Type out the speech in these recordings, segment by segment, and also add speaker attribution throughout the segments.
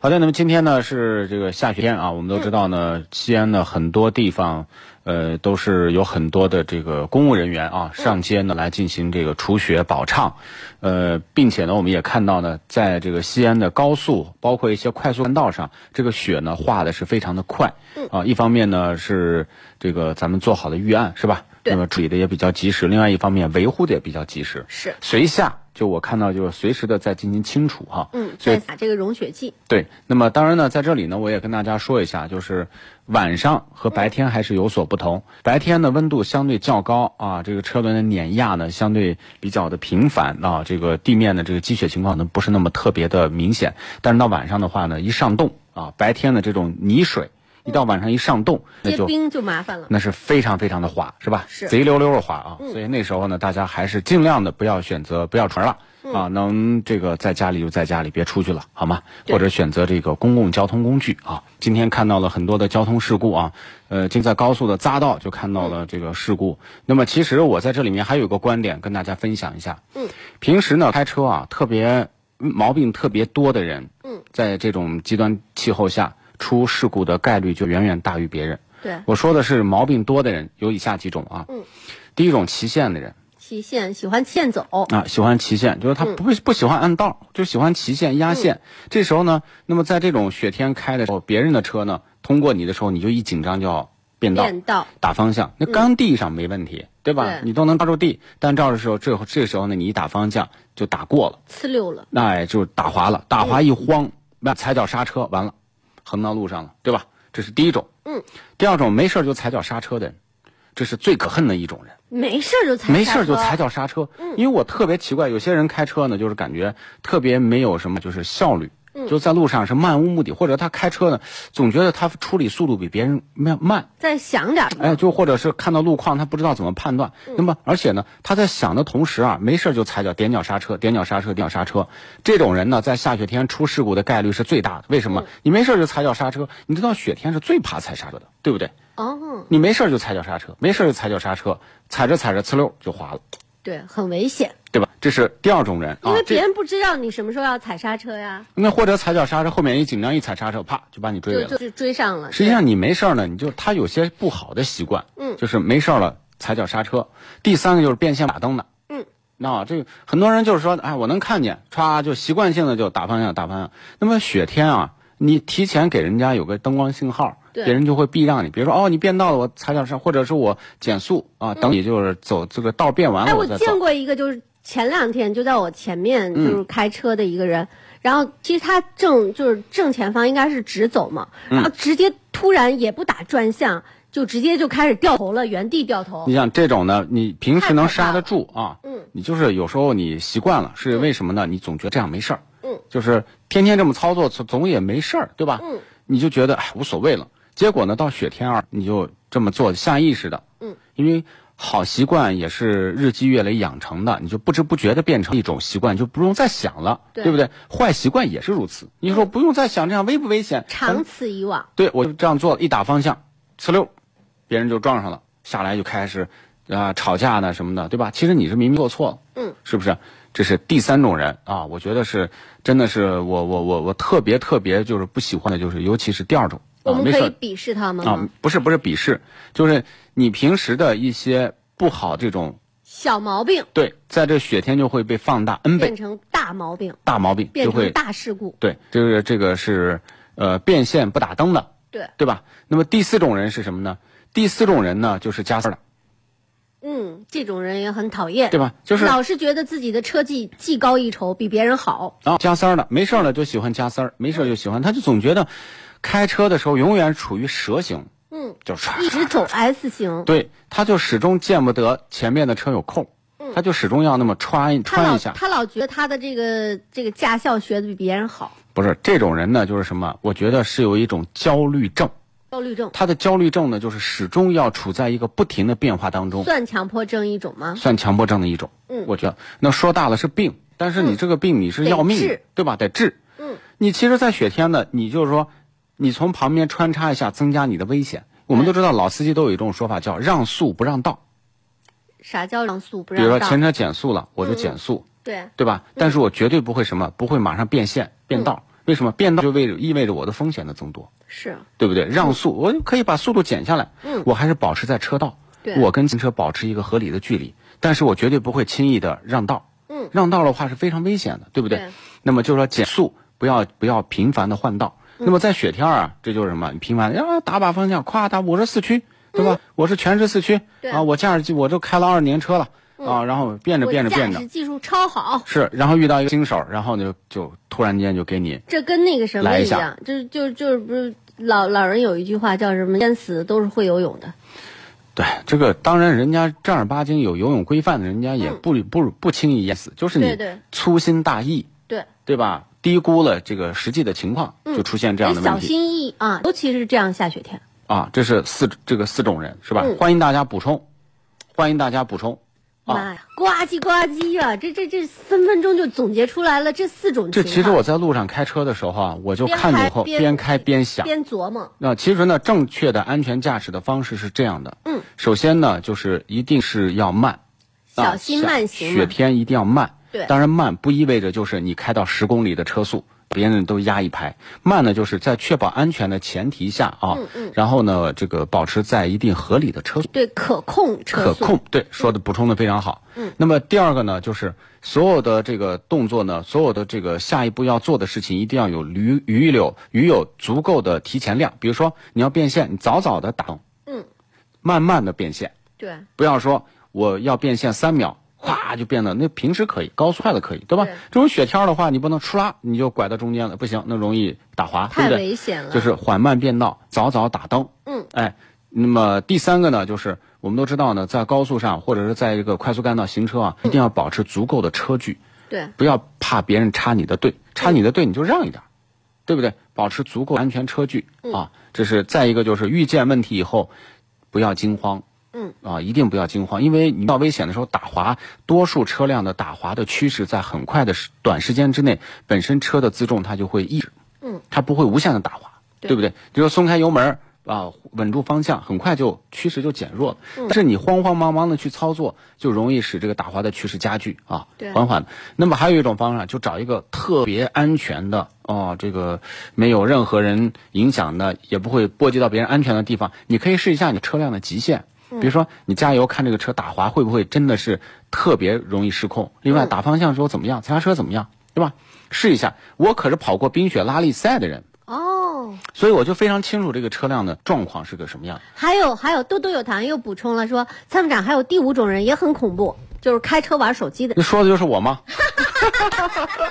Speaker 1: 好的，那么今天呢是这个下雪天啊，我们都知道
Speaker 2: 嗯
Speaker 1: 呢，西安呢很多地方，呃，都是有很多的这个公务人员啊
Speaker 2: 嗯
Speaker 1: 上街呢来进行这个除雪保畅，呃，并且呢我们也看到呢，在这个西安的高速，包括一些快速干道上，这个雪呢化的是非常的快，
Speaker 2: 嗯
Speaker 1: 啊，一方面呢是这个咱们做好了预案是吧？
Speaker 2: 对
Speaker 1: 那么处理的也比较及时，另外一方面维护的也比较及时，
Speaker 2: 是
Speaker 1: 随下就我看到就是随时的在进行清除哈、
Speaker 2: 嗯，
Speaker 1: 所以
Speaker 2: 再撒这个溶血剂，
Speaker 1: 对，那么当然呢，在这里呢，我也跟大家说一下，就是晚上和白天还是有所不同。白天呢，温度相对较高啊，这个车轮的碾压呢相对比较的频繁啊，这个地面的这个积雪情况呢不是那么特别的明显。但是到晚上的话呢，一上冻啊，白天的这种泥水，一到晚上一上冻，那
Speaker 2: 结
Speaker 1: 就嗯
Speaker 2: 冰就麻烦了。
Speaker 1: 那是非常非常的滑，是吧？
Speaker 2: 是嗯
Speaker 1: 贼溜溜的滑啊！所以那时候呢，大家还是尽量的不要选择不要出门了、啊，能这个在家里就在家里，别出去了，好吗？
Speaker 2: 嗯对
Speaker 1: 或者选择这个公共交通工具啊。今天看到了很多的交通事故啊，呃，就在高速的匝道就看到了这个事故。那么其实我在这里面还有一个观点跟大家分享一下。
Speaker 2: 嗯，
Speaker 1: 平时呢开车啊，特别毛病特别多的人，
Speaker 2: 嗯，
Speaker 1: 在这种极端气候下出事故的概率就远远大于别人。
Speaker 2: 对，
Speaker 1: 我说的是毛病多的人有以下几种啊。
Speaker 2: 嗯。
Speaker 1: 第一种骑线的人
Speaker 2: 骑线喜欢欠走，
Speaker 1: 啊，喜欢骑线，就是他
Speaker 2: 嗯
Speaker 1: 不、不喜欢按道，就喜欢骑线压线。这时候呢，那么在这种雪天开的时候，别人的车呢通过你的时候，你就一紧张就要变道。
Speaker 2: 变道，
Speaker 1: 打方向，那干地上没问题，对吧？
Speaker 2: 对
Speaker 1: 你都能抓住地，但照的时候，这这时候呢，你一打方向就打过了，
Speaker 2: 呲溜了。
Speaker 1: 那哎就打滑了，打滑一慌，那、踩脚刹车，完了，横到路上了，对吧？这是第一种。
Speaker 2: 嗯。
Speaker 1: 第二种，没事儿就踩脚刹车的人，这是最可恨的一种人。
Speaker 2: 没事儿就踩，
Speaker 1: 没事儿就踩。脚刹车，因为我特别奇怪，有些人开车呢，就是感觉特别没有什么就是效率，就在路上是漫无目的，或者他开车呢，总觉得他处理速度比别人慢慢，
Speaker 2: 再想点儿，
Speaker 1: 哎，就或者是看到路况他不知道怎么判断。
Speaker 2: 嗯
Speaker 1: 那么而且呢，他在想的同时啊，没事儿就踩脚点脚刹车，点脚刹车，点脚刹车，这种人呢，在下雪天出事故的概率是最大的。为什
Speaker 2: 嗯
Speaker 1: 么？你没事儿就踩脚刹车，你知道雪天是最怕踩刹车的，对不对？
Speaker 2: 哦，
Speaker 1: 你没事儿就踩脚刹车，没事儿就踩脚刹车，踩着踩着呲溜就滑了。
Speaker 2: 对，很危险，
Speaker 1: 对吧？这是第二种人
Speaker 2: 因
Speaker 1: 啊
Speaker 2: 为，别
Speaker 1: 这
Speaker 2: 人不知道你什么时候要踩刹车呀，
Speaker 1: 那或者踩脚刹车，后面一紧张一踩刹车，啪就把你追尾
Speaker 2: 就
Speaker 1: 了。
Speaker 2: 就就追上了。
Speaker 1: 实际上你没事儿呢，你就他有些不好的习惯，
Speaker 2: 嗯
Speaker 1: 就是没事儿了踩脚刹车。第三个就是变线打灯的，
Speaker 2: 嗯，
Speaker 1: 那、这个很多人就是说，哎，我能看见，歘就习惯性的就打方向打方向。那么雪天啊，你提前给人家有个灯光信号，
Speaker 2: 对
Speaker 1: 别人就会避让你，比如说哦你变道了，我踩脚刹，或者是我减速啊，等你就是走这个道变完
Speaker 2: 嗯哎，
Speaker 1: 了
Speaker 2: 我
Speaker 1: 再
Speaker 2: 见
Speaker 1: 走。嗯
Speaker 2: 过一个，就是前两天就在我前面，就是开车的一个人，然后其实他正就是正前方应该是直走嘛，
Speaker 1: 嗯
Speaker 2: 然后直接突然也不打转向，就直接就开始掉头了，原地掉头
Speaker 1: 你。想这种呢，你平时能
Speaker 2: 太可怕
Speaker 1: 刹得
Speaker 2: 了
Speaker 1: 住啊，
Speaker 2: 嗯，
Speaker 1: 你就是有时候你习惯了，是为什么呢？你总觉得这样没事儿，
Speaker 2: 嗯，
Speaker 1: 就是天天这么操作，总总也没事儿，对吧？
Speaker 2: 嗯，
Speaker 1: 你就觉得哎无所谓了。结果呢，到雪天啊，你就这么做，下意识的，
Speaker 2: 嗯，
Speaker 1: 因为好习惯也是日积月累养成的，你就不知不觉的变成一种习惯，就不用再想了，
Speaker 2: 对嗯
Speaker 1: 不对？坏习惯也是如此，你说不用再想这样危不危险？
Speaker 2: 长此以往，
Speaker 1: 对，我就这样做了，一打方向，呲溜，别人就撞上了，下来就开始啊、吵架呢什么的，对吧？其实你是明明做错了，
Speaker 2: 嗯，
Speaker 1: 是不是？这是第三种人啊，我觉得是真的是我我我我特别特别就是不喜欢的就是尤其是第二种
Speaker 2: 我
Speaker 1: 啊，
Speaker 2: 们
Speaker 1: 没
Speaker 2: 可
Speaker 1: 事
Speaker 2: 以
Speaker 1: 儿
Speaker 2: 鄙视他们
Speaker 1: 啊
Speaker 2: 吗？，
Speaker 1: 不是不是鄙视，就是你平时的一些不好这种
Speaker 2: 小毛病
Speaker 1: 对，在这雪天就会被放大 n
Speaker 2: 变
Speaker 1: 倍，
Speaker 2: 成大毛病，
Speaker 1: 大毛病
Speaker 2: 变
Speaker 1: 嗯就
Speaker 2: 成
Speaker 1: 会
Speaker 2: 大事故。
Speaker 1: 对，这个这个是呃变线不打灯的。
Speaker 2: 对，
Speaker 1: 对吧？那么第四种人是什么呢？第四种人呢，就是加分儿的，
Speaker 2: 嗯，这种人也很讨厌，
Speaker 1: 对吧就是
Speaker 2: 老是觉得自己的车技技高一筹，比别人好。
Speaker 1: 啊，加三儿的，没事儿了就喜欢加三儿，没事儿就喜欢，他就总觉得开车的时候永远处于蛇形，
Speaker 2: 嗯，
Speaker 1: 就是唰
Speaker 2: 一 直走 S 型，
Speaker 1: 对，他就始终见不得前面的车有空，他就始终要那么穿
Speaker 2: 嗯他
Speaker 1: 穿
Speaker 2: 老
Speaker 1: 一下，
Speaker 2: 他老觉得他的这个这个驾校学的比别人好，
Speaker 1: 不是这种人呢，就是什么？我觉得是有一种焦虑症，
Speaker 2: 焦虑症
Speaker 1: 他的焦虑症呢，就是始终要处在一个不停的变化当中，
Speaker 2: 算强迫症一种吗？
Speaker 1: 算强迫症的一种。
Speaker 2: 嗯
Speaker 1: 我觉得那说大了是病，但是你这个病你是要命的，
Speaker 2: 得治
Speaker 1: 对吧？得治。
Speaker 2: 嗯，
Speaker 1: 你其实，在雪天呢，你就是说，你从旁边穿插一下，增加你的危险。我们都知道，老司机都有一种说法叫“让速不让道
Speaker 2: 啥叫让速”，不
Speaker 1: 比如
Speaker 2: 让
Speaker 1: 说
Speaker 2: 道？嗯
Speaker 1: 前车减速了，我就减速，
Speaker 2: 对，
Speaker 1: 对吧？但是我绝对不会什么，不会马上变线变道。
Speaker 2: 嗯
Speaker 1: 为什么变道就为意味着我的风险的增多，
Speaker 2: 是
Speaker 1: 对不对？让速，我就可以把速度减下来，
Speaker 2: 嗯
Speaker 1: 我还是保持在车道，
Speaker 2: 对
Speaker 1: 我跟前车保持一个合理的距离，但是我绝对不会轻易的让道。
Speaker 2: 嗯
Speaker 1: 让道的话是非常危险的，对不对？
Speaker 2: 对
Speaker 1: 那么就是说减速，不要不要频繁的换道。
Speaker 2: 嗯
Speaker 1: 那么在雪天啊，这就是什么？你频繁地啊打把方向，夸打，我是四驱，对吧？我是全时四驱
Speaker 2: 嗯对嗯
Speaker 1: 啊，我驾驶技我都开了二十年车了、啊，然后变着
Speaker 2: 我
Speaker 1: 变着
Speaker 2: 驾
Speaker 1: 变着
Speaker 2: 驶，技术超好，
Speaker 1: 是，然后遇到一个新手，然后呢就就突然间就给你
Speaker 2: 这跟那个什么
Speaker 1: 来一
Speaker 2: 一
Speaker 1: 下
Speaker 2: 样，就是就是就是不是老老人有一句话叫什么？淹死都是会游泳的。
Speaker 1: 对这个，当然人家正儿八经有游泳规范的，人家也不、不不轻易淹死，就是
Speaker 2: 嗯对
Speaker 1: 你
Speaker 2: 对
Speaker 1: 粗心大意，
Speaker 2: 对，
Speaker 1: 对吧？低估了这个实际的情况，就出现这样的
Speaker 2: 得
Speaker 1: 问
Speaker 2: 嗯小
Speaker 1: 题。
Speaker 2: 心翼翼啊，尤其是这样下雪天。
Speaker 1: 啊，这是四这个四种人是吧？
Speaker 2: 嗯
Speaker 1: 欢迎大家补充，欢迎大家补充。啊，
Speaker 2: 妈呀，呱唧呱唧呀、这这这三分钟就总结出来了这四种情
Speaker 1: 这
Speaker 2: 况。
Speaker 1: 其实我在路上开车的时候啊，我就
Speaker 2: 边
Speaker 1: 看
Speaker 2: 开
Speaker 1: 你后
Speaker 2: 边
Speaker 1: 边开边想。
Speaker 2: 边琢磨，
Speaker 1: 那其实呢，正确的安全驾驶的方式是这样的。
Speaker 2: 嗯，
Speaker 1: 首先呢，就是一定是要慢，啊
Speaker 2: 小心慢行
Speaker 1: 雪
Speaker 2: 嘛。
Speaker 1: 天一定要慢。
Speaker 2: 对
Speaker 1: 当然慢不意味着就是你开到十公里的车速，别人都压一排。慢呢，就是在确保安全的前提下啊，
Speaker 2: 嗯嗯
Speaker 1: 然后呢，这个保持在一定合理的车速。
Speaker 2: 对，可控车
Speaker 1: 可
Speaker 2: 速。
Speaker 1: 控，对，说的补充的非常好。
Speaker 2: 嗯，
Speaker 1: 那么第二个呢，就是所有的这个动作呢，所有的这个下一步要做的事情，一定要有余余留余有足够的提前量。比如说你要变现，你早早的打灯，
Speaker 2: 嗯，
Speaker 1: 慢慢的变现，
Speaker 2: 对，
Speaker 1: 不要说我要变现三秒，哗就变得那平时可以，高速快的可以，对吧？
Speaker 2: 对
Speaker 1: 这种雪天儿的话，你不能出拉你就拐到中间了，不行，那容易打滑，对
Speaker 2: 太
Speaker 1: 不对？
Speaker 2: 危险了。
Speaker 1: 就是缓慢变道，早早打灯。
Speaker 2: 嗯，
Speaker 1: 哎，那么第三个呢，就是我们都知道呢，在高速上或者是在一个快速干道行车啊，一定要保持足够的车距，
Speaker 2: 对，
Speaker 1: 不要怕别人插你的队，插你的队你就让一点儿，对不对？保持足够安全车距
Speaker 2: 嗯
Speaker 1: 啊，这是再一个就是遇见问题以后，不要惊慌。
Speaker 2: 嗯
Speaker 1: 啊，一定不要惊慌，因为你遇到危险的时候打滑，多数车辆的打滑的趋势在很快的时短时间之内，本身车的自重它就会抑制，
Speaker 2: 嗯，
Speaker 1: 它不会无限的打滑，
Speaker 2: 对
Speaker 1: 不对？比如说松开油门儿啊，稳住方向，很快就趋势就减弱了。
Speaker 2: 嗯
Speaker 1: 但是你慌慌忙忙的去操作，就容易使这个打滑的趋势加剧啊
Speaker 2: 对，
Speaker 1: 缓缓的。那么还有一种方法，就找一个特别安全的哦，这个没有任何人影响的，也不会波及到别人安全的地方，你可以试一下你车辆的极限。
Speaker 2: 嗯
Speaker 1: 比如说，你加油看这个车打滑会不会真的是特别容易失控？另
Speaker 2: 嗯
Speaker 1: 外，打方向时候怎么样？踩刹车怎么样？对吧？试一下。我可是跑过冰雪拉力赛的人，
Speaker 2: 哦，
Speaker 1: 所以我就非常清楚这个车辆的状况是个什么样。
Speaker 2: 还有还有，豆豆有糖又补充了说，参谋长还有第五种人也很恐怖，就是开车玩手机的。
Speaker 1: 那说的就是我吗？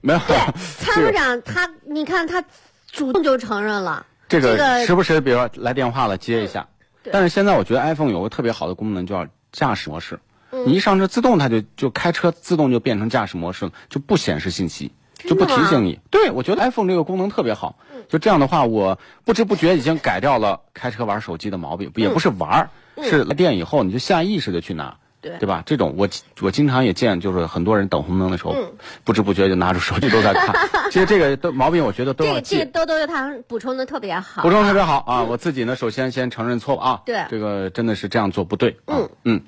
Speaker 1: 没有，
Speaker 2: 参谋长他，你看他主动就承认了，
Speaker 1: 这个
Speaker 2: 这个
Speaker 1: 时不时，比如说来电话了接一下。
Speaker 2: 对
Speaker 1: 但是现在我觉得 iPhone 有个特别好的功能，叫驾驶模式。
Speaker 2: 嗯
Speaker 1: 你一上车，自动它就就开车，自动就变成驾驶模式了，就不显示信息，就
Speaker 2: 真
Speaker 1: 不
Speaker 2: 的
Speaker 1: 提
Speaker 2: 吗嗯
Speaker 1: 醒你。对，我觉得 iPhone 这个功能特别好。就这样的话，我不知不觉已经改掉了开车玩手机的毛病，
Speaker 2: 嗯
Speaker 1: 也不是玩儿，是来电以后你就下意识的去拿。
Speaker 2: 对
Speaker 1: 对吧？这种我我经常也见，就是很多人等红灯的时候，
Speaker 2: 嗯
Speaker 1: 不知不觉就拿出手机都在 看。其实这个都毛病，我觉得都
Speaker 2: 这
Speaker 1: 要
Speaker 2: 个
Speaker 1: 戒。
Speaker 2: 这个豆豆有糖补充的特别好
Speaker 1: 补。充特别好啊！我自己呢，首先先承认错误啊，
Speaker 2: 对
Speaker 1: 这个真的是这样做不对啊，
Speaker 2: 嗯
Speaker 1: 嗯，